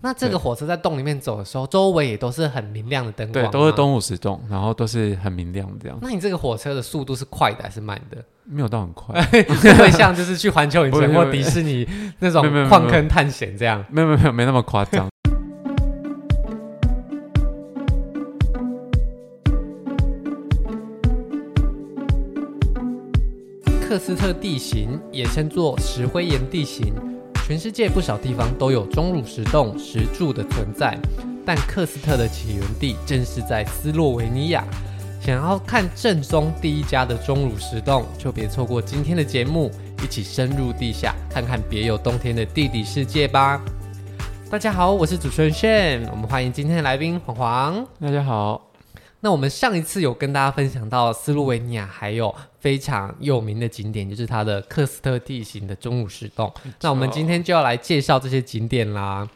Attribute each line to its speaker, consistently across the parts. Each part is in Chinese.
Speaker 1: 那这个
Speaker 2: 对
Speaker 1: 火车在洞里面走的时候，周围也都是很明亮的灯光，
Speaker 2: 对，都是。东五十栋，然后都是很明亮这样，
Speaker 1: 那你这个火车的速度是快的还是慢 的？
Speaker 2: 没有到很快，
Speaker 1: 会不会像就是去环球影城
Speaker 2: 不会
Speaker 1: 或
Speaker 2: 不会
Speaker 1: 迪士尼那种
Speaker 2: 没有没有没有
Speaker 1: 矿坑探险这样？
Speaker 2: 没有没有没有没那么夸张。
Speaker 1: 克斯特地形也称作石灰岩地形，全世界不少地方都有钟乳石洞、石柱的存在，但克斯特的起源地正是在斯洛维尼亚。想要看正宗第一家的钟乳石洞，就别错过今天的节目，一起深入地下，看看别有洞天的地底世界吧。大家好，我是主持人 Shane，我们欢迎今天的来宾黄黄。
Speaker 2: 大家好，
Speaker 1: 那我们上一次有跟大家分享到斯洛维尼亚还有非常有名的景点，就是它的克斯特地形的钟乳石洞。那我们今天就要来介绍这些景点啦。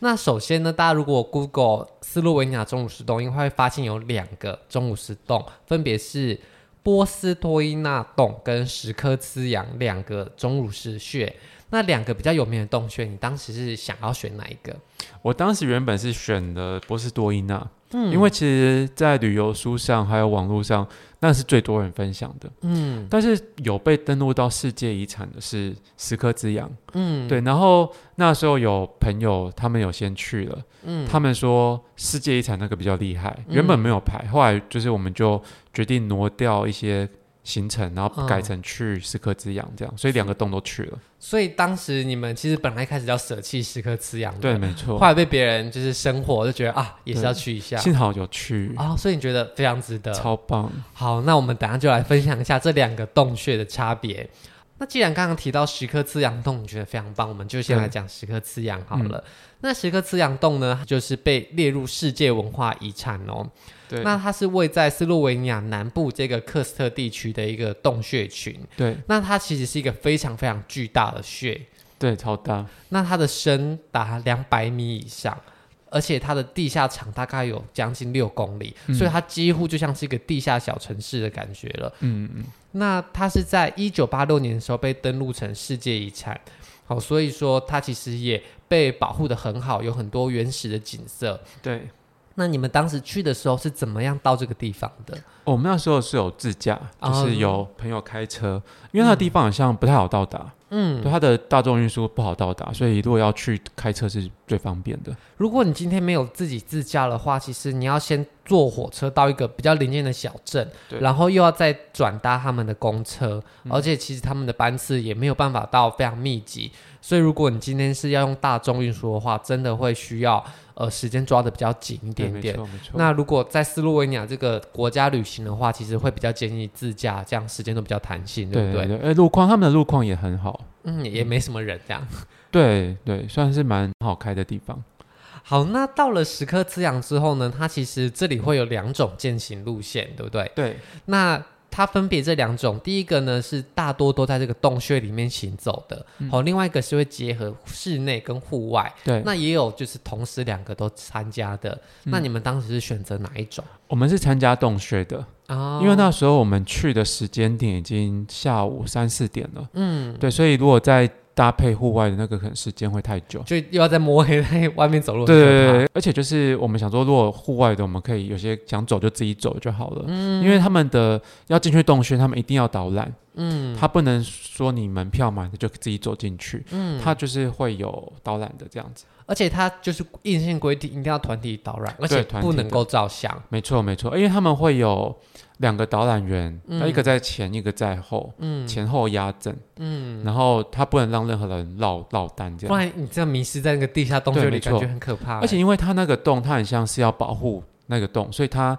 Speaker 1: 那首先呢，大家如果 Google 斯洛维尼亚钟乳石洞，应该会发现有两个钟乳石洞，分别是波斯托伊纳洞跟石科兹扬两个钟乳石穴。那两个比较有名的洞穴，你当时是想要选哪一个？
Speaker 2: 我当时原本是选的波士多伊纳，因为其实，在旅游书上还有网络上，那是最多人分享的。
Speaker 1: 嗯
Speaker 2: 但是有被登录到世界遗产的是石刻之羊，
Speaker 1: 嗯，
Speaker 2: 对。然后那时候有朋友他们有先去了，
Speaker 1: 嗯
Speaker 2: 他们说世界遗产那个比较厉害，原本没有排，后来就是我们就决定挪掉一些行程，然后
Speaker 1: 嗯
Speaker 2: 改成去石刻之羊这样，所以两个洞都去了。
Speaker 1: 所以当时你们其实本来一开始要舍弃石刻吃羊的，
Speaker 2: 对，，没错
Speaker 1: 后。来被别人就是生活就觉得啊，也是要去一下
Speaker 2: 幸好有去，
Speaker 1: 啊、所以你觉得非常值得。
Speaker 2: 超棒。
Speaker 1: 好，那我们等一下就来分享一下这两个洞穴的差别。那既然刚刚提到石刻刺羊洞，你觉得非常棒，我们就先来讲石刻刺羊好
Speaker 2: 嗯
Speaker 1: 了。那石刻刺羊洞呢，就是被列入世界文化遗产哦。
Speaker 2: 对，
Speaker 1: 那它是位在斯洛维尼亚南部这个克斯特地区的一个洞穴群。
Speaker 2: 对
Speaker 1: 那它其实是一个非常非常巨大的穴，
Speaker 2: 对，超大，
Speaker 1: 那它的深达两百米以上，而且它的地下场大概有将近六公里，所以它几乎就像是一个地下小城市的感觉了。
Speaker 2: 嗯嗯，
Speaker 1: 那它是在一九八六年的时候被登录成世界遗产，好，所以说它其实也被保护的很好，有很多原始的景色。
Speaker 2: 对。
Speaker 1: 那你们当时去的时候是怎么样到这个地方的？
Speaker 2: 哦我们那时候是有自驾，就
Speaker 1: 哦
Speaker 2: 是有朋友开车，因为那地方好像不太好到达，嗯，对，它的大众运输不好到达，所以如果要去开车是最方便的。
Speaker 1: 如果你今天没有自己自驾的话，其实你要先坐火车到一个比较邻近的小镇，
Speaker 2: 对嗯
Speaker 1: 然后又要再转搭他们的公车，而且其实他们的班次也没有办法到非常密集，所以如果你今天是要用大众运输的话，真的会需要呃时间抓的比较紧一
Speaker 2: 对
Speaker 1: 点点
Speaker 2: 没。错没错。
Speaker 1: 那如果在斯洛文尼亚这个国家旅行的话，其实会比较建议自驾，这样时间都比较弹性，对
Speaker 2: 对
Speaker 1: 不
Speaker 2: 对对，哎，路况他们的路况也很好，
Speaker 1: 嗯，也没什么人这样。
Speaker 2: 对对，算是蛮好开的地方。
Speaker 1: 好，那到了石刻之洋之后呢，它其实这里会有两种践行路线，对不对？
Speaker 2: 对
Speaker 1: 那它分别这两种，第一个呢是大多都在这个洞穴里面行走的，
Speaker 2: 嗯
Speaker 1: 好、另外一个是会结合室内跟户外，
Speaker 2: 对，
Speaker 1: 那也有就是同时两个都参加的。
Speaker 2: 嗯
Speaker 1: 那你们当时是选择哪一种
Speaker 2: 我们是参加洞穴的，
Speaker 1: 啊
Speaker 2: 因为那时候我们去的时间点已经下午三四点了，嗯，对，所以如果再搭配户外的那个，可能时间会太久。
Speaker 1: 就又要在摸黑在外面走路，
Speaker 2: 对
Speaker 1: 很
Speaker 2: 对
Speaker 1: 可怕
Speaker 2: 对，而且就是我们想说，如果户外的，我们可以有些想走就自己走就好了。
Speaker 1: 嗯
Speaker 2: 因为他们的要进去洞穴，他们一定要导览。嗯，他不能说你门票买了就自己走进去。嗯，他就是会有导览的这样子。
Speaker 1: 而且它就是硬性规定一定要团体导览，而且
Speaker 2: 团体
Speaker 1: 不能够照相。
Speaker 2: 没错没错，因为他们会有两个导览员，
Speaker 1: 嗯
Speaker 2: 那一个在前，一个在后，嗯，前后压阵，嗯，然后他不能让任何人落落单这
Speaker 1: 不
Speaker 2: 样。
Speaker 1: 然你这样迷失在那个地下洞穴
Speaker 2: 啊对
Speaker 1: 里，
Speaker 2: 没错
Speaker 1: 感觉很可怕、欸
Speaker 2: 而且因为他那个洞，他很像是要保护那个洞，所以他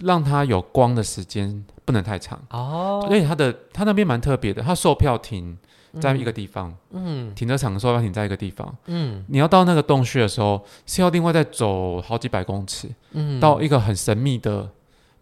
Speaker 2: 让他有光的时间不能太长。
Speaker 1: 哦，
Speaker 2: 而且它的它那边蛮特别的，它售票亭在一个地方，嗯，停车场的售票亭在一个地方，
Speaker 1: 嗯
Speaker 2: 你要到那个洞穴的时候，是要另外再走好几百公尺，
Speaker 1: 嗯
Speaker 2: 到一个很神秘的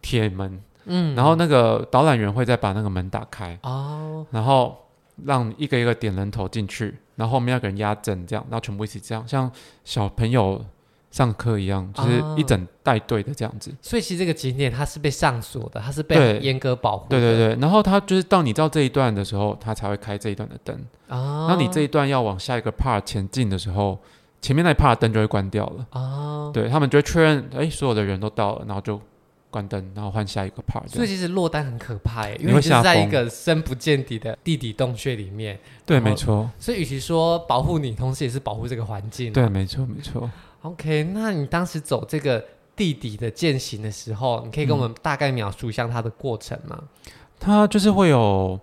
Speaker 2: 铁门，
Speaker 1: 嗯
Speaker 2: 然后那个导览员会再把那个门打开，
Speaker 1: 哦，
Speaker 2: 然后让你一个一个点人头进去，然后后面那个人压阵这样，然后全部一起这样，像小朋友上课一样，就是
Speaker 1: 啊
Speaker 2: 一整带队的这样子。
Speaker 1: 所以其实这个景点它是被上锁的，它是被
Speaker 2: 对
Speaker 1: 严格保护的。
Speaker 2: 对对对，然后他就是到你到这一段的时候，他才会开这一段的灯。
Speaker 1: 哦，
Speaker 2: 那你这一段要往下一个 part 前进的时候，前面那一趴的灯就会关掉了，
Speaker 1: 哦，
Speaker 2: 对他们就会确认，哎，所有的人都到了，然后就关灯，然后换下一个 part
Speaker 1: 所
Speaker 2: 这
Speaker 1: 以
Speaker 2: 样。
Speaker 1: 其实落单很可怕欸耶，因
Speaker 2: 你
Speaker 1: 为
Speaker 2: 会
Speaker 1: 你就是
Speaker 2: 吓
Speaker 1: 在一
Speaker 2: 疯
Speaker 1: 个深不见底的地底洞穴里面，
Speaker 2: 对，
Speaker 1: 然后
Speaker 2: 没错，
Speaker 1: 所以与其说保护你，同时也是保护这个环境。
Speaker 2: 对，没错，没错。
Speaker 1: ，OK，那你当时走这个地底的践行的时候，你可以跟我们大概描述一下它的过程吗？
Speaker 2: 它就是会有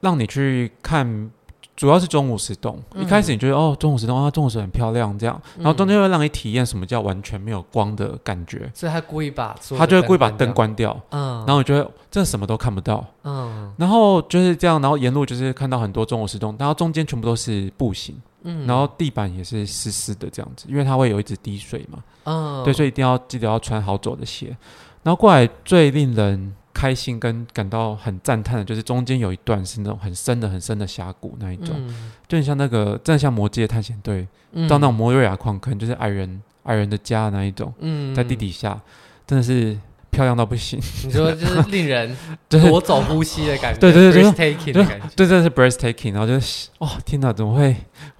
Speaker 2: 让你去看，主要是中午石洞。
Speaker 1: 嗯
Speaker 2: 一开始你觉得哦，中午石洞啊，中午石洞很漂亮这样，然后中间会让你体验什么叫完全没有光的感觉，
Speaker 1: 所以他故意把所有
Speaker 2: 他
Speaker 1: 的
Speaker 2: 就会故意把灯
Speaker 1: 掉，
Speaker 2: 关掉，
Speaker 1: 嗯，
Speaker 2: 然后你觉得这什么都看不到。
Speaker 1: 嗯
Speaker 2: 然后就是这样，然后沿路就是看到很多中午石洞，然后中间全部都是步行，
Speaker 1: 嗯
Speaker 2: 然后地板也是湿湿的这样子，因为它会有一直滴水嘛，
Speaker 1: 嗯，
Speaker 2: 对，所以一定要记得要穿好走的鞋。然后过来最令人开心跟感到很赞叹的就是中间有一段是那种很深的很深的峡谷那一种，
Speaker 1: 嗯
Speaker 2: 就很像那个真的像《魔界探险队》
Speaker 1: 嗯
Speaker 2: 到那种摩瑞亚矿坑，就是矮人矮人的家那一种，
Speaker 1: 嗯
Speaker 2: 在地，底下真的是漂亮到不行，
Speaker 1: 你说就是令人
Speaker 2: 就是
Speaker 1: 夺走呼吸的感觉，
Speaker 2: 对对对就是
Speaker 1: breathtaking
Speaker 2: 就
Speaker 1: 的
Speaker 2: 是
Speaker 1: 感觉。
Speaker 2: 对，真的是 breathtaking，然后就是哇、哦，天哪，怎么会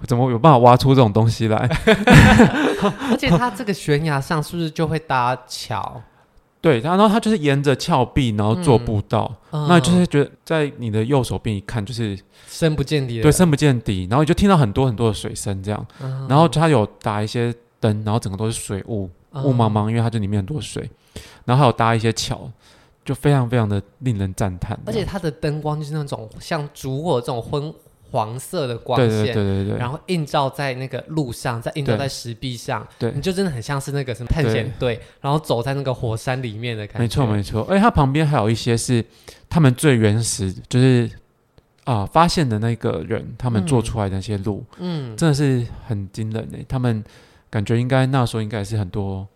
Speaker 2: 怎么有办法挖出这种东西来？
Speaker 1: 而且它这个悬崖上是不是就会搭桥？
Speaker 2: 对，然后它就是沿着峭壁，然后做步道， 那
Speaker 1: 嗯
Speaker 2: 就是觉得在你的右手边一看就是
Speaker 1: 深不见底的。
Speaker 2: 对，深不见底，然后你就听到很多很多的水声这样，
Speaker 1: 嗯，
Speaker 2: 然后它有打一些灯，然后整个都是水雾，
Speaker 1: 嗯
Speaker 2: 雾茫茫，因为它这里面很多水，然后还有搭一些桥，就非常非常的令人赞叹这
Speaker 1: 而且
Speaker 2: 样，
Speaker 1: 它的灯光就是那种像烛火这种昏黄色的光
Speaker 2: 对
Speaker 1: 线，
Speaker 2: 对对对对，
Speaker 1: 然后映照在那个路上，再映照
Speaker 2: 对
Speaker 1: 在石壁上，
Speaker 2: 对
Speaker 1: 你就真的很像是那个什么探险队，然后走在那个火山里面的感觉。
Speaker 2: 没错没错，而且它旁边还有一些是他们最原始，就是啊、发现的那个人他们
Speaker 1: 嗯
Speaker 2: 做出来的那些路，
Speaker 1: 嗯，
Speaker 2: 真的是很惊人诶、他们感觉应该那时候应该也是很多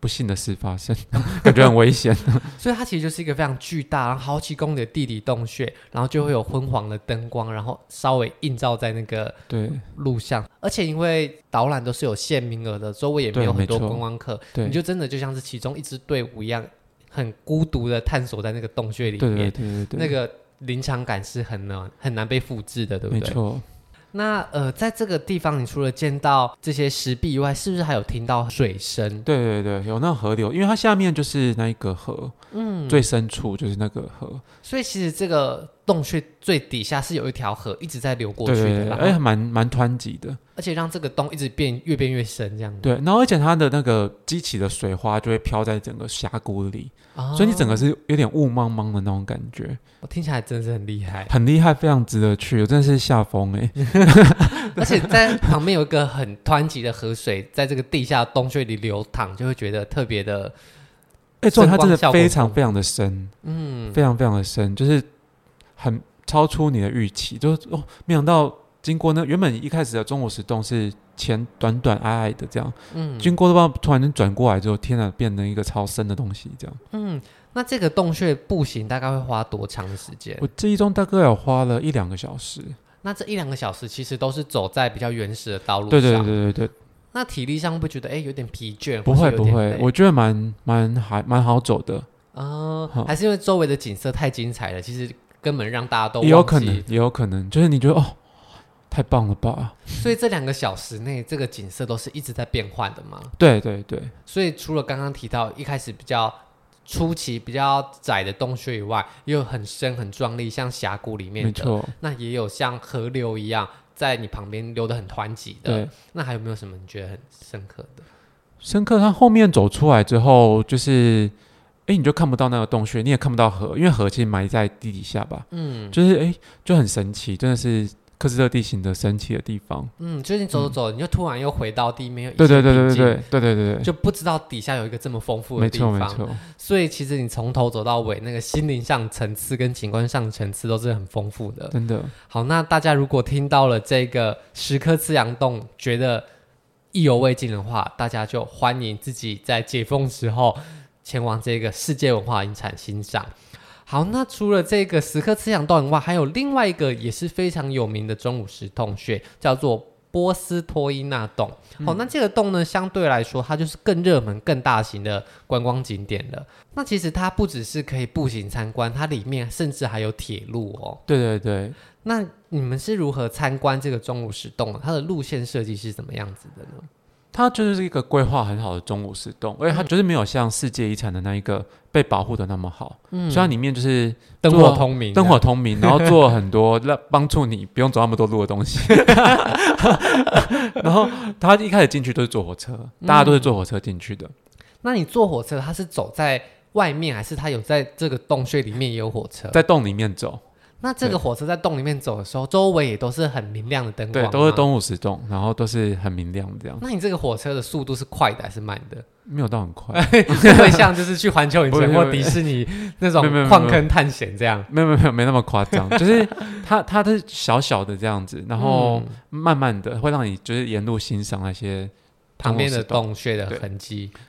Speaker 2: 不幸的事发生， 感觉很危险。
Speaker 1: 所以它其实就是一个非常巨大，然后好几公里的地底洞穴，然后就会有昏黄的灯光，然后稍微映照在那个
Speaker 2: 对
Speaker 1: 路上。而且因为导览都是有限名额的，周围也没
Speaker 2: 对
Speaker 1: 有很多
Speaker 2: 没错
Speaker 1: 观光客，
Speaker 2: 对
Speaker 1: 你就真的就像是其中一支队伍一样，很孤独的探索在那个洞穴里
Speaker 2: 对对对
Speaker 1: 面。
Speaker 2: 对
Speaker 1: 那
Speaker 2: 对，
Speaker 1: 个临场感是很难很难被复制的，对不
Speaker 2: 没
Speaker 1: 对？
Speaker 2: 错。
Speaker 1: 那呃，在这个地方，你除了见到这些石壁以外，是不是还有听到水声？
Speaker 2: 对对对，有那个河流，因为它下面就是那一个河，嗯，最深处就是那个河，
Speaker 1: 所以其实这个洞穴最底下是有一条河一直在流过
Speaker 2: 对
Speaker 1: 去
Speaker 2: 对
Speaker 1: 的，嗯
Speaker 2: 对，
Speaker 1: 然
Speaker 2: 而且
Speaker 1: 后
Speaker 2: 蛮蛮湍急的，
Speaker 1: 而且让这个洞一直变越变越深，这样子。
Speaker 2: 对，然后而且它的那个激起的水花就会飘在整个峡谷里，
Speaker 1: 哦
Speaker 2: 所以你整个是有点雾茫茫的那种感觉，，
Speaker 1: 我听起来真的是很厉害
Speaker 2: 很厉害，非常值得去，我真的是吓疯哎、
Speaker 1: 而且在旁边有一个很湍急的河水，在这个地下洞穴里流淌，就会觉得特别的
Speaker 2: 哎，这、它真的
Speaker 1: 声光效果
Speaker 2: 非
Speaker 1: 不
Speaker 2: 常
Speaker 1: 错
Speaker 2: 非常的深，
Speaker 1: 嗯
Speaker 2: 非常非常的深，就是很超出你的预期，就是哦，没想到经过那原本一开始的中午石洞是浅短短矮矮的这样。
Speaker 1: 嗯
Speaker 2: 经过的话，突然间转过来之后，天哪，变成一个超深的东西这样。
Speaker 1: 嗯。那这个洞穴步行大概会花多长的时间？
Speaker 2: 我记忆中大概有花了一两个小时。
Speaker 1: 那这一两个小时其实都是走在比较原始的道路上，
Speaker 2: 对对对对对，
Speaker 1: 那体力上会不会觉得哎、诶有点疲倦？
Speaker 2: 不
Speaker 1: 或是
Speaker 2: 会
Speaker 1: 有
Speaker 2: 不
Speaker 1: 点
Speaker 2: 会
Speaker 1: 累，
Speaker 2: 我觉得蛮蛮还蛮好走的，
Speaker 1: 啊、
Speaker 2: 好
Speaker 1: 还是因为周围的景色太精彩了，其实根本让大家都
Speaker 2: 也有
Speaker 1: 忘
Speaker 2: 可
Speaker 1: 记
Speaker 2: 能也有可能，就是你觉得哦，太棒了吧？
Speaker 1: 所以这两个小时内，这个景色都是一直在变换的嘛。
Speaker 2: 对对对
Speaker 1: 所以除了刚刚提到一开始比较初期比较窄的洞穴以外，也有很深很壮丽，像峡谷里面
Speaker 2: 没
Speaker 1: 的，
Speaker 2: 错，
Speaker 1: 那也有像河流一样在你旁边流得很湍急的。
Speaker 2: 对。
Speaker 1: 那还有没有什么你觉得很深刻的？
Speaker 2: 深刻，它后面走出来之后，就是，哎，你就看不到那个洞穴，你也看不到河，因为河其实埋在地底下吧。
Speaker 1: 嗯
Speaker 2: 就是哎，就很神奇，真的是科斯特地形的神奇的地方。
Speaker 1: 嗯，就是你走走走，你就突然又回到地面，又一
Speaker 2: 嗯对
Speaker 1: 切
Speaker 2: 对对对
Speaker 1: 平
Speaker 2: 对
Speaker 1: 静
Speaker 2: 对对对对对。
Speaker 1: 就不知道底下有一个这么丰富的
Speaker 2: 没
Speaker 1: 地
Speaker 2: 错
Speaker 1: 方，
Speaker 2: 没错，
Speaker 1: 所以其实你从头走到尾，那个心灵上层次跟景观上层次都是很丰富的。
Speaker 2: 真的
Speaker 1: 好，那大家如果听到了这个石刻刺阳洞，觉得意犹未尽的话，大家就欢迎自己在解封时候前往这个世界文化遗产欣赏。好，那除了这个石刻刺阳洞以外，还有另外一个也是非常有名的中午石洞穴，叫做。波斯托伊纳洞。好、那这个洞呢，相对来说它就是更热门、更大型的观光景点了。那其实它不只是可以步行参观，它里面甚至还有铁路哦。
Speaker 2: 对对对，
Speaker 1: 那你们是如何参观这个钟乳石洞的？它的路线设计是怎么样子的呢？
Speaker 2: 它就是一个规划很好的中午石洞，而且它
Speaker 1: 嗯
Speaker 2: 就是没有像世界遗产的那一个被保护的那么好。嗯，虽然里面就是
Speaker 1: 灯
Speaker 2: 做
Speaker 1: 火通明，啊
Speaker 2: 灯火通明，然后做了很多让帮助你不用走那么多路的东西。 然后他一开始进去都是坐火车，大家都是坐火车进去的。
Speaker 1: 嗯那你坐火车，它是走在外面，还是它有在这个洞穴里面也有火车？
Speaker 2: 在洞里面走，
Speaker 1: 那这个火车在洞里面走的时候，周围也都是很啊明亮的灯光，
Speaker 2: 对，都是。东武石洞，然后都是很明亮这样，
Speaker 1: 那你这个火车的速度是快的还是慢 的？
Speaker 2: 没有到很快，
Speaker 1: 会不会像就是去环球影城
Speaker 2: 不会
Speaker 1: 或
Speaker 2: 不会
Speaker 1: 迪士尼那种
Speaker 2: 没有没有没有
Speaker 1: 矿坑探险这样？
Speaker 2: 没有没有没有没那么夸张，就是它它是小小的这样子，然
Speaker 1: 嗯
Speaker 2: 后慢慢的会让你就是沿路欣赏那些
Speaker 1: 旁边的
Speaker 2: 洞。
Speaker 1: 洞穴的痕迹。
Speaker 2: 嗯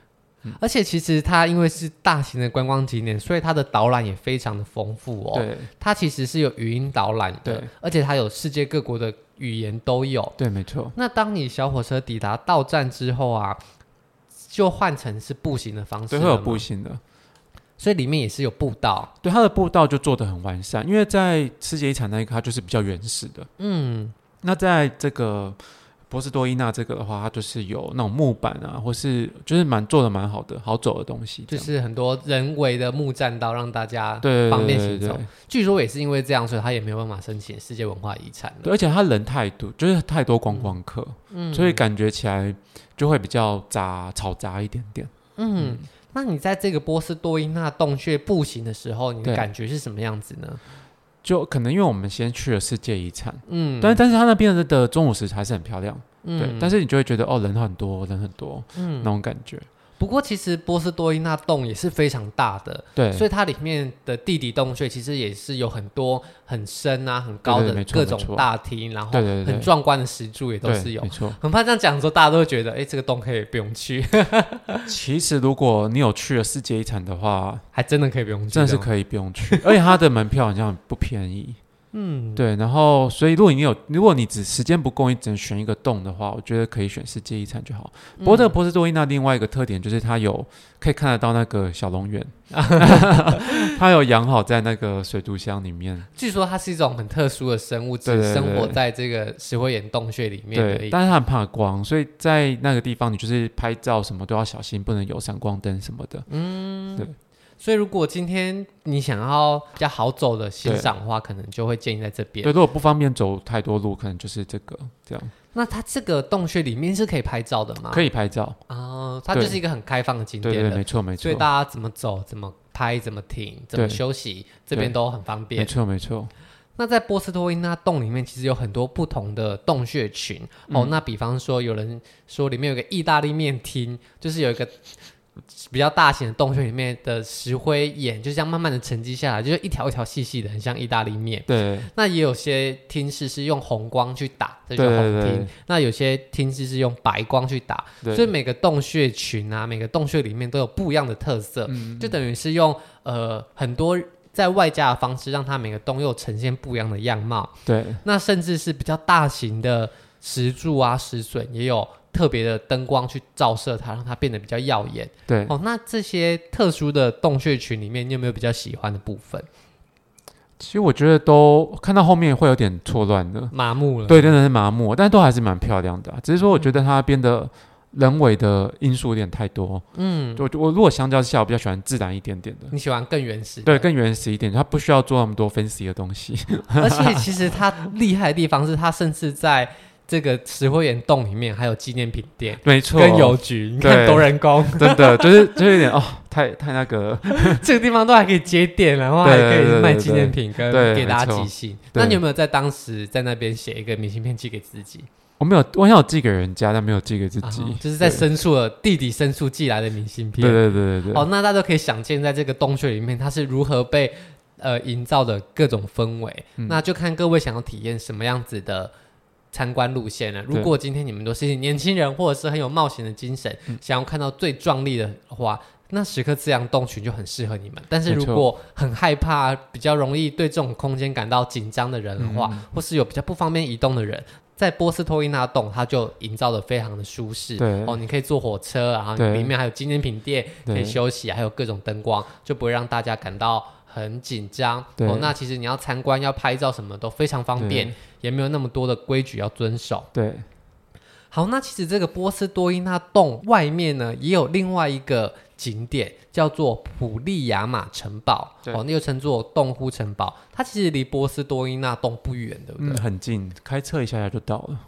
Speaker 1: 而且其实它因为是大型的观光景点，所以它的导览也非常的丰富哦。
Speaker 2: 对
Speaker 1: 它其实是有语音导览的
Speaker 2: 对，
Speaker 1: 而且它有世界各国的语言都有。
Speaker 2: 对，没错。
Speaker 1: 那当你小火车抵达到站之后啊，就换成是步行的方式
Speaker 2: 对，
Speaker 1: 了
Speaker 2: 会
Speaker 1: 嘛，
Speaker 2: 有步行的。
Speaker 1: 所以里面也是有步道。
Speaker 2: 对，它的步道就做的很完善，因为在世界遗产那一个，它就是比较原始的。嗯，那在这个波斯多伊纳这个的话，它就是有那种木板啊，或是就是蛮做的蛮好的，好走的东西
Speaker 1: 就
Speaker 2: 这样。
Speaker 1: 是很多人为的木栈道让大家
Speaker 2: 对对对
Speaker 1: 方便
Speaker 2: 对
Speaker 1: 行
Speaker 2: 对
Speaker 1: 走。据说也是因为这样，所以他也没有办法申请世界文化遗产了。嗯
Speaker 2: 对，而且它人太多，就是太多观光客，所以感觉起来就会比较杂、嘈杂一点点。
Speaker 1: 嗯，那你在这个波斯多伊纳洞穴步行的时候，你的
Speaker 2: 对
Speaker 1: 感觉是什么样子呢？
Speaker 2: 就可能因为我们先去了世界遗产，
Speaker 1: 嗯，
Speaker 2: 但但是它那边的中午时还是很漂亮，对
Speaker 1: 嗯，。
Speaker 2: 但是你就会觉得哦，人很多，人很多，那种感觉，
Speaker 1: 不过其实波斯多伊纳洞也是非常大的，
Speaker 2: 对，
Speaker 1: 所以它里面的地底洞穴其实也是有很多很深啊、很高
Speaker 2: 对对
Speaker 1: 的
Speaker 2: 没错
Speaker 1: 各
Speaker 2: 没
Speaker 1: 种
Speaker 2: 错
Speaker 1: 大厅，然后
Speaker 2: 对对对
Speaker 1: 很壮观的石柱也都
Speaker 2: 对，
Speaker 1: 是有
Speaker 2: 没。 错。
Speaker 1: 很怕这样讲的时候，大家都会觉得，哎，这个洞可以不用去，
Speaker 2: 其实如果你有去了世界遗产的话，
Speaker 1: 还真的可以不用去。
Speaker 2: 真的是可以不用去， 而且它的门票好像不便宜。嗯，对。然后，所以如果你有，如果你只时间不够，你只能选一个洞的话，我觉得可以选世界遗产就好。
Speaker 1: 嗯
Speaker 2: 不过，这个波士多伊纳另外一个特点就是它有可以看得到那个小 龙园， 它有养好在那个水族箱里面。
Speaker 1: 据说它是一种很特殊的生物，
Speaker 2: 对
Speaker 1: 只
Speaker 2: 对对
Speaker 1: 生活在这个石灰岩洞穴里面而
Speaker 2: 对，
Speaker 1: 已。
Speaker 2: 但是它很怕光，所以在那个地方你就是拍照什么都要小心，不能有闪光灯什么的。
Speaker 1: 嗯所以如果今天你想要比较好走的欣赏的话，可能就会建议在这
Speaker 2: 对，
Speaker 1: 边。
Speaker 2: 如果不方便走太多路，可能就是这个这样。
Speaker 1: 那它这个洞穴里面是可以拍照的吗？
Speaker 2: 可
Speaker 1: 以
Speaker 2: 以拍照，
Speaker 1: 啊、它就是一个很开放的景
Speaker 2: 对
Speaker 1: 点
Speaker 2: 对
Speaker 1: 了，
Speaker 2: 对，没错没
Speaker 1: 所以
Speaker 2: 错，
Speaker 1: 大家怎么走、怎么拍、怎么停、怎么
Speaker 2: 对
Speaker 1: 休息，这边
Speaker 2: 对
Speaker 1: 都很方便
Speaker 2: 没。错没错，
Speaker 1: 那在波斯托因纳洞里面，其实有很多不同的洞穴群、
Speaker 2: 嗯
Speaker 1: 哦。那比方说，有人说里面有个意大利面厅，就是有一个比较大型的洞穴，里面的石灰岩就这样慢慢的沉积下来，就是一条一条细细的，很像意大利面。
Speaker 2: 对
Speaker 1: 那也有些厅室是用红光去打，这就
Speaker 2: 对
Speaker 1: 是
Speaker 2: 对
Speaker 1: 红
Speaker 2: 对
Speaker 1: 厅；那有些厅室是用白光去打，所以
Speaker 2: 对
Speaker 1: 每个洞穴群啊，每个洞穴里面都有不一样的特色，
Speaker 2: 嗯
Speaker 1: 就等于呃是用呃很多在外加的方式，让它每个洞又呈现不一样的样貌。
Speaker 2: 对
Speaker 1: 那甚至是比较大型的石柱啊、石笋，也有特别的灯光去照射它，让它变得比较耀眼。
Speaker 2: 对。
Speaker 1: 哦，那这些特殊的洞穴群里面，你有没有比较喜欢的部分？
Speaker 2: 其实我觉得都看到后面会有点错乱的，
Speaker 1: 麻木了，，
Speaker 2: 对，真的是麻木，但都还是蛮漂亮的啊、只是说我觉得它那边的人为的因素有点太多，嗯，我我如果相较之下，我比较喜欢自然一点点的。
Speaker 1: 你喜欢更原始的，
Speaker 2: 对，更原始一点，它不需要做那么多 fancy 的 东西。
Speaker 1: 而且其实它厉害的地方是，它甚至在这个石灰岩洞里面还有纪念品店。
Speaker 2: 没错，
Speaker 1: 跟邮局，你看
Speaker 2: 对
Speaker 1: 多人 工
Speaker 2: 真的就是就是有点哦，太太那个了。
Speaker 1: 这个地方都还可以接电，然后还
Speaker 2: 对
Speaker 1: 可
Speaker 2: 对
Speaker 1: 以
Speaker 2: 对
Speaker 1: 卖
Speaker 2: 对
Speaker 1: 纪念品跟
Speaker 2: 对
Speaker 1: 给大
Speaker 2: 没
Speaker 1: 家
Speaker 2: 错
Speaker 1: 寄信。
Speaker 2: 对
Speaker 1: 那你有没有在当时在那边写一个明信片寄给自己？
Speaker 2: 我没有，我想有寄给人家，但没有寄给自己
Speaker 1: 啊。就是在
Speaker 2: 对
Speaker 1: 深处的地底深处寄来的明信片。
Speaker 2: 对对对对对。
Speaker 1: 哦，那大家都可以想见，在这个洞穴里面，它是如何被呃营造的各种氛围。
Speaker 2: 嗯
Speaker 1: 那就看各位想要体验什么样子的参观路线了。如
Speaker 2: 对
Speaker 1: 果今天你们都是年轻人，或者是很有冒险的精神，
Speaker 2: 嗯
Speaker 1: 想要看到最壮丽的话，那时刻自然洞群就很适合你们。但是
Speaker 2: 没
Speaker 1: 如
Speaker 2: 错
Speaker 1: 果很害
Speaker 2: 嗯
Speaker 1: 怕、比较容易对这种空间感到紧张的人的话，或是有比较不方便移动的人。在波斯托伊那洞，它就营造的非常的舒适。
Speaker 2: 对
Speaker 1: 哦，你可以坐火车，然后
Speaker 2: 对
Speaker 1: 里面还有纪念品店
Speaker 2: 对
Speaker 1: 可以休息，还有各种灯光，就不会让大家感到很紧张。
Speaker 2: 对
Speaker 1: 哦，那其实你要参观、要拍照什么都非常方便，也没有那么多的规矩要遵守。
Speaker 2: 对，
Speaker 1: 好，那其实这个波斯多伊那洞外面呢，也有另外一个景点，叫做普利亚马城堡，
Speaker 2: 对
Speaker 1: 哦，又称作洞窟城堡。它其实离波斯多伊那洞不远，对不对？
Speaker 2: 嗯，很近，开车一下下就到了。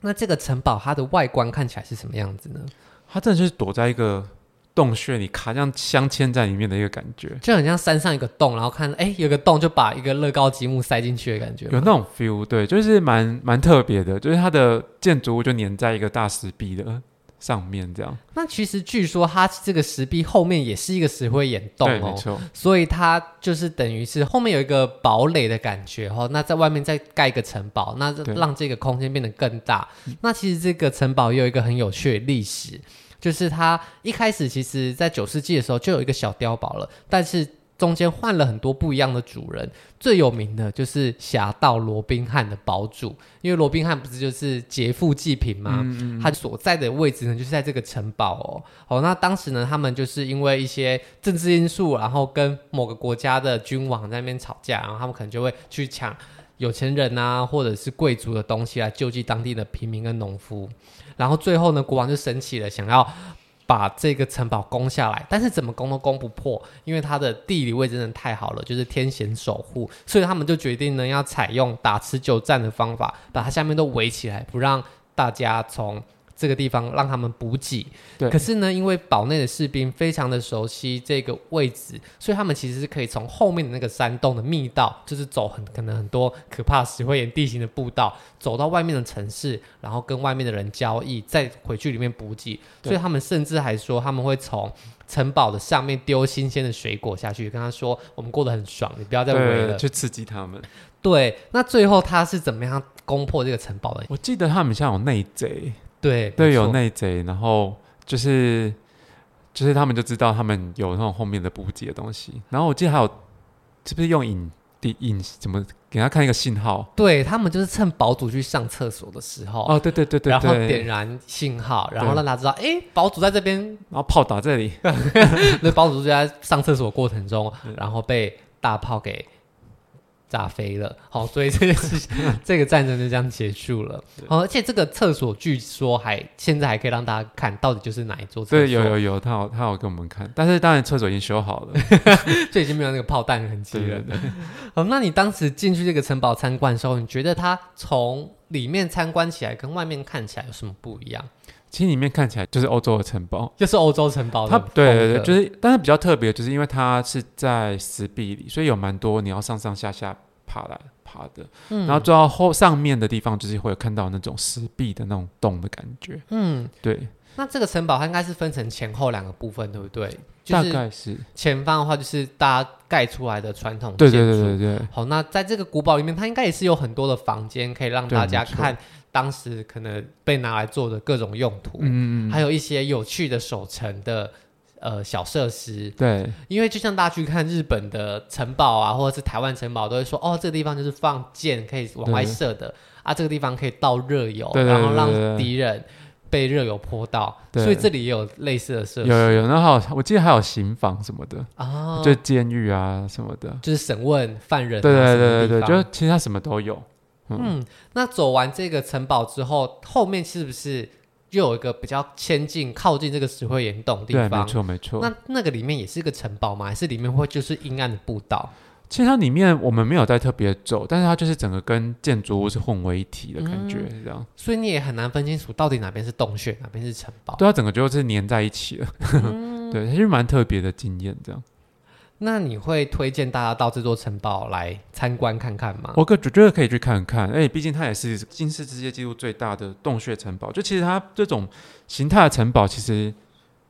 Speaker 1: 那这个城堡它的外观看起来是什么样子呢？
Speaker 2: 它真的就是躲在一个洞穴里，卡像镶嵌在里面的一个感觉，
Speaker 1: 就很像山上一个洞，然后看哎有个洞就把一个乐高积木塞进去的感觉
Speaker 2: 有
Speaker 1: 吗。
Speaker 2: 那种 feel，对，就是蛮蛮特别的，就是它的建筑物就粘在一个大石壁的上面这样。
Speaker 1: 那其实据说它这个石壁后面也是一个石灰岩洞
Speaker 2: 对，没
Speaker 1: 哦，
Speaker 2: 错，
Speaker 1: 所以它就是等于是后面有一个堡垒的感觉哦，那在外面再盖一个城堡，那
Speaker 2: 对
Speaker 1: 让这个空间变得更大。那其实这个城堡也有一个很有趣的历史，就是它一开始其实在九世纪的时候就有一个小碉堡了，但是中间换了很多不一样的主人，最有名的就是侠盗罗宾汉的堡主，因为罗宾汉不是就是劫富济贫吗？
Speaker 2: 嗯，
Speaker 1: 他所在的位置呢，就是在这个城堡哦。好、那当时呢，他们就是因为一些政治因素，啊然后跟某个国家的君王在那边吵架，然后他们可能就会去抢有钱人啊，或者是贵族的东西来救济当地的平民跟农夫。然后最后呢，国王就生气了，想要。把这个城堡攻下来，但是怎么攻都攻不破，因为它的地理位置真的太好了，就是天险守护，所以他们就决定呢要采用打持久战的方法，把它下面都围起来，不让大家从这个地方让他们补给。
Speaker 2: 对
Speaker 1: 可是呢，因为堡内的士兵非常的熟悉这个位置，所以他们其实是可以从后面的那个山洞的密道，就是走很可能很多可怕石灰岩地形的步道，走到外面的城市，然后跟外面的人交易，再回去里面补给。
Speaker 2: 对
Speaker 1: 所以他们甚至还说他们会从。城堡的上面丢新鲜的水果下去，跟他说：“我们过得很爽，你不要再围了
Speaker 2: 对，。去刺激他们。”
Speaker 1: 对，那最后他是怎么样攻破这个城堡的？
Speaker 2: 我记得他们像有内贼，
Speaker 1: 对，
Speaker 2: 对，
Speaker 1: 没
Speaker 2: 有
Speaker 1: 错
Speaker 2: 内贼，然后就是就是他们就知道他们有那种后面的补给的东西，然后我记得还有是不是用引地引怎么给他看一个信号？
Speaker 1: 对他们就是趁堡主去上厕所的时候，
Speaker 2: 哦，对对对对对，
Speaker 1: 然后点燃信号，然后
Speaker 2: 对
Speaker 1: 让他知道，哎，堡主在这边。
Speaker 2: 然后炮打这里，
Speaker 1: 那堡主就在上厕所过程中
Speaker 2: 嗯，
Speaker 1: 然后被大炮给炸飞了。好，所以这件事情， 这个战争就这样结束了。好，而且这个厕所据说还现在还可以让大家看到底就是哪一座厕所，
Speaker 2: 对，有有有，他有他有给我们看，但是当然厕所已经修好 了，
Speaker 1: 就已经没有那个炮弹的痕迹
Speaker 2: 对
Speaker 1: 了
Speaker 2: 对。对，
Speaker 1: 好，那你当时进去这个城堡参观的时候，你觉得它从里面参观起来跟外面看起来有什么不一样？
Speaker 2: 其实里面看起来就是欧洲的城堡，
Speaker 1: 又是欧洲城堡
Speaker 2: 它
Speaker 1: 的
Speaker 2: 对对
Speaker 1: 风
Speaker 2: 对，
Speaker 1: 格
Speaker 2: 就是，但是比较特别，就是因为它是在石壁里，所以有蛮多你要上上下下爬来爬的，
Speaker 1: 嗯
Speaker 2: 然后最到后上面的地方，就是会有看到那种石壁的那种洞的感觉。
Speaker 1: 嗯，
Speaker 2: 对，
Speaker 1: 那这个城堡它应该是分成前后两个部分，对不对？就
Speaker 2: 大
Speaker 1: 是
Speaker 2: 概是，
Speaker 1: 前方的话就是大家盖出来的传统
Speaker 2: 对
Speaker 1: 建
Speaker 2: 对
Speaker 1: 筑，
Speaker 2: 对对对
Speaker 1: 好，那在这个古堡里面，它应该也是有很多的房间可以让
Speaker 2: 对
Speaker 1: 大家
Speaker 2: 没错
Speaker 1: 看当时可能被拿来做的各种用途，
Speaker 2: 嗯，嗯嗯
Speaker 1: 还有一些有趣的守城的呃小设施。
Speaker 2: 对
Speaker 1: 因为就像大家去看日本的城堡啊，或者是台湾城堡，都会说哦，这个地方就是放箭可以往外
Speaker 2: 对
Speaker 1: 射的啊，这个地方可以倒热油，
Speaker 2: 对对
Speaker 1: 然后
Speaker 2: 对对
Speaker 1: 让
Speaker 2: 对
Speaker 1: 敌人被热油泼到，
Speaker 2: 对
Speaker 1: 所以这里也有类似的设
Speaker 2: 有
Speaker 1: 施
Speaker 2: 有有，然后还有我记得还有刑房什么的，
Speaker 1: 啊，
Speaker 2: 就监狱啊什么的，
Speaker 1: 就是审问犯人、啊，
Speaker 2: 对对
Speaker 1: 什么
Speaker 2: 对
Speaker 1: 地
Speaker 2: 对对，
Speaker 1: 方
Speaker 2: 就其实它什么都有。
Speaker 1: 嗯，那走完这个城堡之后，后面是不是又有一个比较先进、靠近这个石灰岩洞的
Speaker 2: 对，
Speaker 1: 地
Speaker 2: 没
Speaker 1: 方？
Speaker 2: 错没错。
Speaker 1: 那那个里面也是一个城堡吗？还是里面会就是阴暗的步道？
Speaker 2: 其实它里面我们没有在特别走，但是它就是整个跟建筑物是混为一体的感觉，这样。
Speaker 1: 所以你也很难分清楚到底哪边是洞穴，哪边是城堡。
Speaker 2: 对，它整个就是粘在一起了。对，它是蛮特别的经验。这样，
Speaker 1: 那你会推荐大家到这座城堡来参观看看吗？
Speaker 2: 我个觉得可以去看看。哎，毕竟它也是近世世界纪录最大的洞穴城堡，就其实它这种形态的城堡其实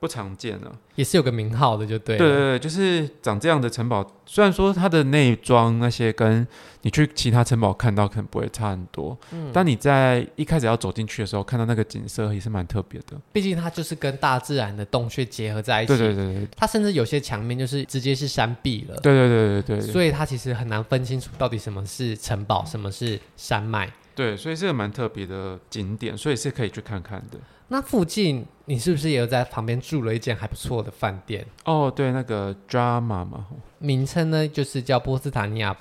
Speaker 2: 不常见了。
Speaker 1: 也是有个名号的，就对
Speaker 2: 对
Speaker 1: 了。
Speaker 2: 对对，就是长这样的城堡，虽然说它的内装那些跟你去其他城堡看到可能不会差很多，但你在一开始要走进去的时候，看到那个景色也是蛮特别的。
Speaker 1: 毕竟它就是跟大自然的洞穴结合在一起。
Speaker 2: 对对对对
Speaker 1: 它甚至有些墙面就是直接是山壁了。
Speaker 2: 对对对对对对。
Speaker 1: 所以它其实很难分清楚到底什么是城堡，什么是山脉。
Speaker 2: 对，所以是个蛮特别的景点，所以是可以去看看的。
Speaker 1: 那附近你是不是也有在旁边住了一间还不错的饭店？
Speaker 2: 哦，对，那个 drama 嘛，
Speaker 1: 名称呢就是叫波斯塔尼亚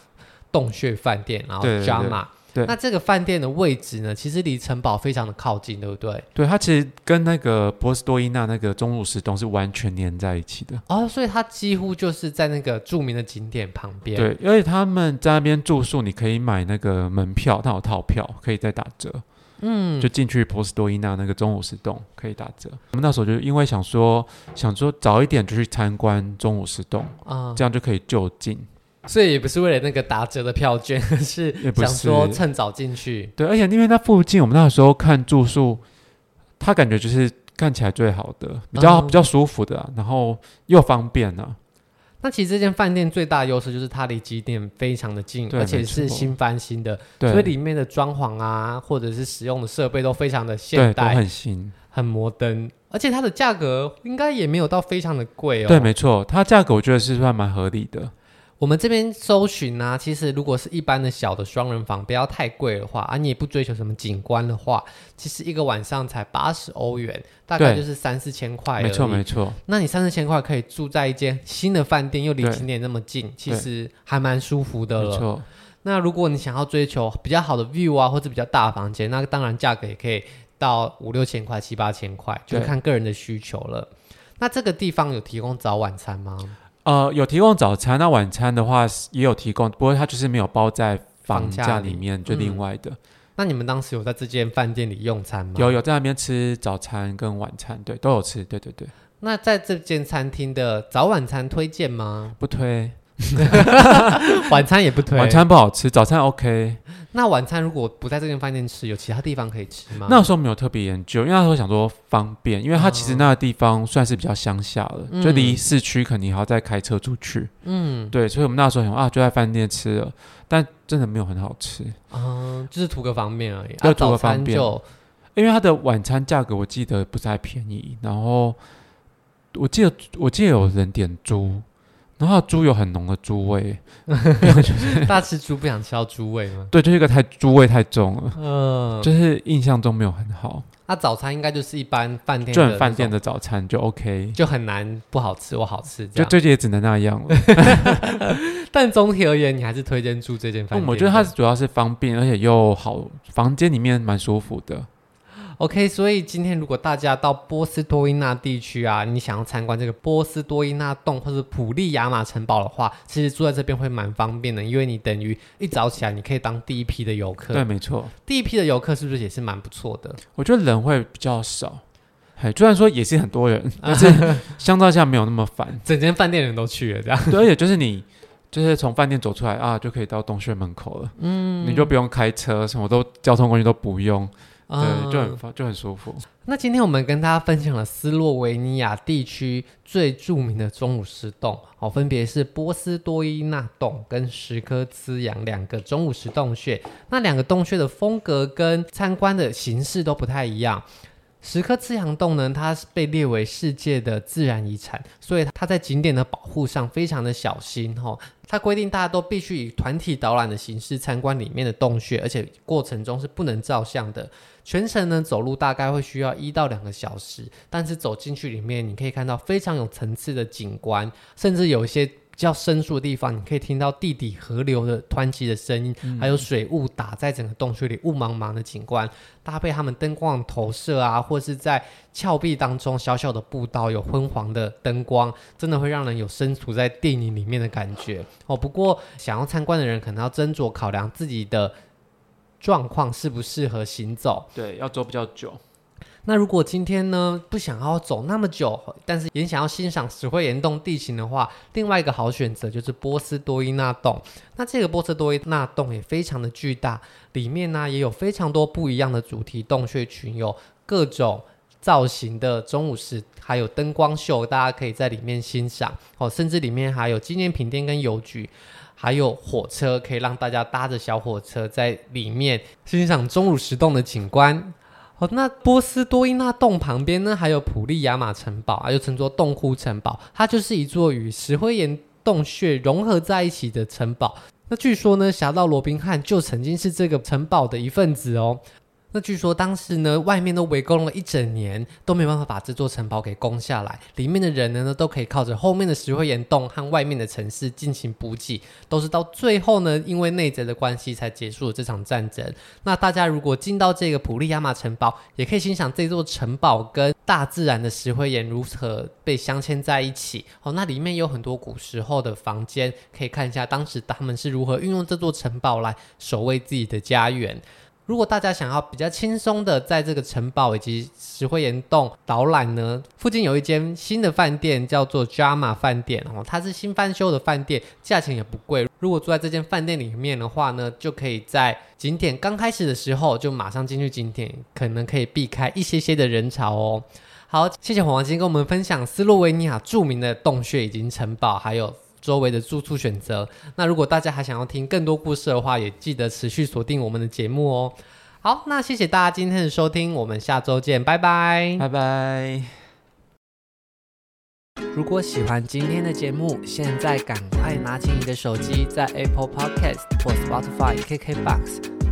Speaker 1: 洞穴饭店，然后
Speaker 2: 对对
Speaker 1: Jama。
Speaker 2: 对
Speaker 1: 那这个饭店的位置呢，其实离城堡非常的靠近，对不对？
Speaker 2: 对，它其实跟那个波斯多伊纳那个钟乳石洞是完全连在一起的。
Speaker 1: 哦，所以它几乎就是在那个著名的景点旁边。，
Speaker 2: 对，而且他们在那边住宿，你可以买那个门票，它有套票，可以再打折。嗯，就进去波斯多伊纳那个钟乳石洞可以打折。我们那时候就因为想说，想说早一点就去参观钟乳石洞，
Speaker 1: 啊、
Speaker 2: 这样就可以就近。
Speaker 1: 所以也不是为了那个打折的票券， 是
Speaker 2: 也不
Speaker 1: 想
Speaker 2: 是
Speaker 1: 说趁早进去。
Speaker 2: 对，而且因为那附近，我们那时候看住宿，它感觉就是看起来最好的，比较、
Speaker 1: 嗯
Speaker 2: 比较舒服的啊、然后又方便啊。
Speaker 1: 那其实这间饭店最大的优势就是它离景点非常的近，
Speaker 2: 对
Speaker 1: 而且
Speaker 2: 没
Speaker 1: 是
Speaker 2: 错
Speaker 1: 新翻新的，
Speaker 2: 对，
Speaker 1: 所以里面的装潢啊，或者是使用的设备都非常的现
Speaker 2: 对都
Speaker 1: 代，
Speaker 2: 很新。
Speaker 1: 很摩登，而且它的价格应该也没有到非常的贵哦。
Speaker 2: 对，没错，它价格我觉得是算蛮合理的。
Speaker 1: 我们这边搜寻啊，其实如果是一般的小的双人房，不要太贵的话啊，你也不追求什么景观的话，其实一个晚上才八十欧元，大概
Speaker 2: 对
Speaker 1: 就是三四千块。
Speaker 2: 没错，没。错。
Speaker 1: 那你三四千块可以住在一间新的饭店，又离
Speaker 2: 对
Speaker 1: 景点那么近，其
Speaker 2: 对
Speaker 1: 实还蛮舒服的
Speaker 2: 没
Speaker 1: 了。
Speaker 2: 错，
Speaker 1: 那如果你想要追求比较好的 view 啊，或者比较大的房间，那当然价格也可以到五六千块、七八千块，就是
Speaker 2: 对
Speaker 1: 看个人的需求了。那这个地方有提供早晚餐吗？
Speaker 2: 呃，有提供早餐，那晚餐的话是也有提供，不过它就是没有包在
Speaker 1: 房
Speaker 2: 房
Speaker 1: 价
Speaker 2: 价
Speaker 1: 里
Speaker 2: 里面，就另外的、
Speaker 1: 那你们当时有在这间饭店里用餐吗？
Speaker 2: 有。有在那边吃早餐跟晚餐，对，都有吃，对对对，
Speaker 1: 那在这间餐厅的早晚餐推荐 吗？
Speaker 2: 不推，
Speaker 1: 晚餐也不推。
Speaker 2: 晚餐不好吃，早餐 OK。
Speaker 1: 那晚餐如果不在这间饭店吃，有其他地方可以吃吗？
Speaker 2: 那时候没有特别研究，因为那时候想说方便，因为它其实
Speaker 1: 哦
Speaker 2: 那个地方算是比较乡下了，
Speaker 1: 嗯
Speaker 2: 就离市区肯定还要再开车出去，
Speaker 1: 嗯
Speaker 2: 对，所以我们那时候想说啊，就在饭店吃了，但真的没有很好吃，
Speaker 1: 啊、就是图个方便而已。
Speaker 2: 对
Speaker 1: 啊、
Speaker 2: 图
Speaker 1: 早
Speaker 2: 个
Speaker 1: 餐
Speaker 2: 方便
Speaker 1: 就
Speaker 2: 因为它的晚餐价格我记得不太便宜，然后我记得我记得有人点猪，然后它的猪有很浓的猪味，
Speaker 1: 大家吃猪不想吃到猪味吗？
Speaker 2: 对，就是一个太猪味太重了，
Speaker 1: 嗯，
Speaker 2: 就是印象中没有很好。
Speaker 1: 那啊早餐应该就是一般饭店
Speaker 2: 就
Speaker 1: 的
Speaker 2: 很饭店
Speaker 1: 那
Speaker 2: 的早餐就 OK，
Speaker 1: 种就很难不好吃，我好吃这
Speaker 2: 就
Speaker 1: 样。
Speaker 2: 最近也只能那样了。
Speaker 1: 但总体而言，你还是推荐住这间饭
Speaker 2: 嗯
Speaker 1: 店的。
Speaker 2: 我觉得它主要是方便，而且又好，房间里面蛮舒服的。
Speaker 1: OK，所以今天如果大家到波斯多伊纳地区啊，你想要参观这个波斯多伊纳洞或者普利亚马城堡的话，其实住在这边会蛮方便的，因为你等于一早起来，你可以当第一批的游
Speaker 2: 对，
Speaker 1: 客。
Speaker 2: 没错，
Speaker 1: 第一批的游客是不是也是蛮不错的？
Speaker 2: 我觉得人会比较少。嘿，虽然说也是很多人，但是相较下没有那么烦。
Speaker 1: 整间饭店人都去了，这样。
Speaker 2: 对，而且就是你就是从饭店走出来啊，就可以到洞穴门口了。嗯，你就不用开车，什么都交通工具都不用，对，就很
Speaker 1: 嗯
Speaker 2: 方就很舒服。
Speaker 1: 那今天我们跟大家分享了斯洛维尼亚地区最著名的钟乳石洞，哦，分别是波斯多伊纳洞跟石科兹扬两个钟乳石洞穴。那两个洞穴的风格跟参观的形式都不太一样。石科兹扬洞呢，它是被列为世界的自然遗产，所以它在景点的保护上非常的小心哦。它规定大家都必须以团体导览的形式参观里面的洞穴，而且过程中是不能照相的。全程呢走路大概会需要一到两个小时，但是走进去里面，你可以看到非常有层次的景观，甚至有一些。比较深处的地方，你可以听到地底河流的湍急的声音，还有水雾打在整个洞穴里雾茫茫的景观，搭配他们灯光的投射啊，或是在峭壁当中小小的步道有昏黄的灯光，真的会让人有身处在电影里面的感觉哦。不过想要参观的人可能要斟酌考量自己的状况适不适合行走，
Speaker 2: 对，要走比较久。
Speaker 1: 那如果今天呢不想要走那么久，但是也想要欣赏石灰岩洞地形的话，另外一个好选择就是波斯多伊纳洞。那这个波斯多伊纳洞也非常的巨大，里面呢也有非常多不一样的主题洞穴群，有各种。造型的中午石，还有灯光秀，大家可以在里面欣赏哦。甚至里面还有纪念品店跟邮局，还有火车，可以让大家搭着小火车在里面欣赏钟乳石洞的景观。好，哦那波斯多伊纳洞旁边呢，还有普利亚马城堡，啊，又称作洞窟城堡，它就是一座与石灰岩洞穴融合在一起的城堡。那据说呢，侠盗罗宾汉就曾经是这个城堡的一份子哦。那据说当时呢，外面都围攻了一整年，都没办法把这座城堡给攻下来。里面的人呢，都可以靠着后面的石灰岩洞和外面的城市进行补给，都是到最后呢，因为内贼的关系才结束了这场战争。那大家如果进到这个普利亚马城堡，也可以欣赏这座城堡跟大自然的石灰岩如何被镶嵌在一起。哦，那里面有很多古时候的房间，可以看一下当时他们是如何运用这座城堡来守卫自己的家园。如果大家想要比较轻松的在这个城堡以及石灰岩洞导览呢，附近有一间新的饭店叫做 Jama 饭店哦，它是新翻修的饭店，价钱也不贵。如果住在这间饭店里面的话呢，就可以在景点刚开始的时候就马上进去景点，可能可以避开一些些的人潮哦。好，谢谢黄黄今天跟我们分享斯洛维尼亚著名的洞穴以及城堡，还有周围的住宿选择。那如果大家还想要听更多故事的话，也记得持续锁定我们的节目哦。好，那谢谢大家今天的收听，我们下周见，拜拜。
Speaker 2: 拜拜。
Speaker 1: 如果喜欢今天的节目，现在赶快拿起你的手机，在 Apple Podcast 或 Spotify、KKBox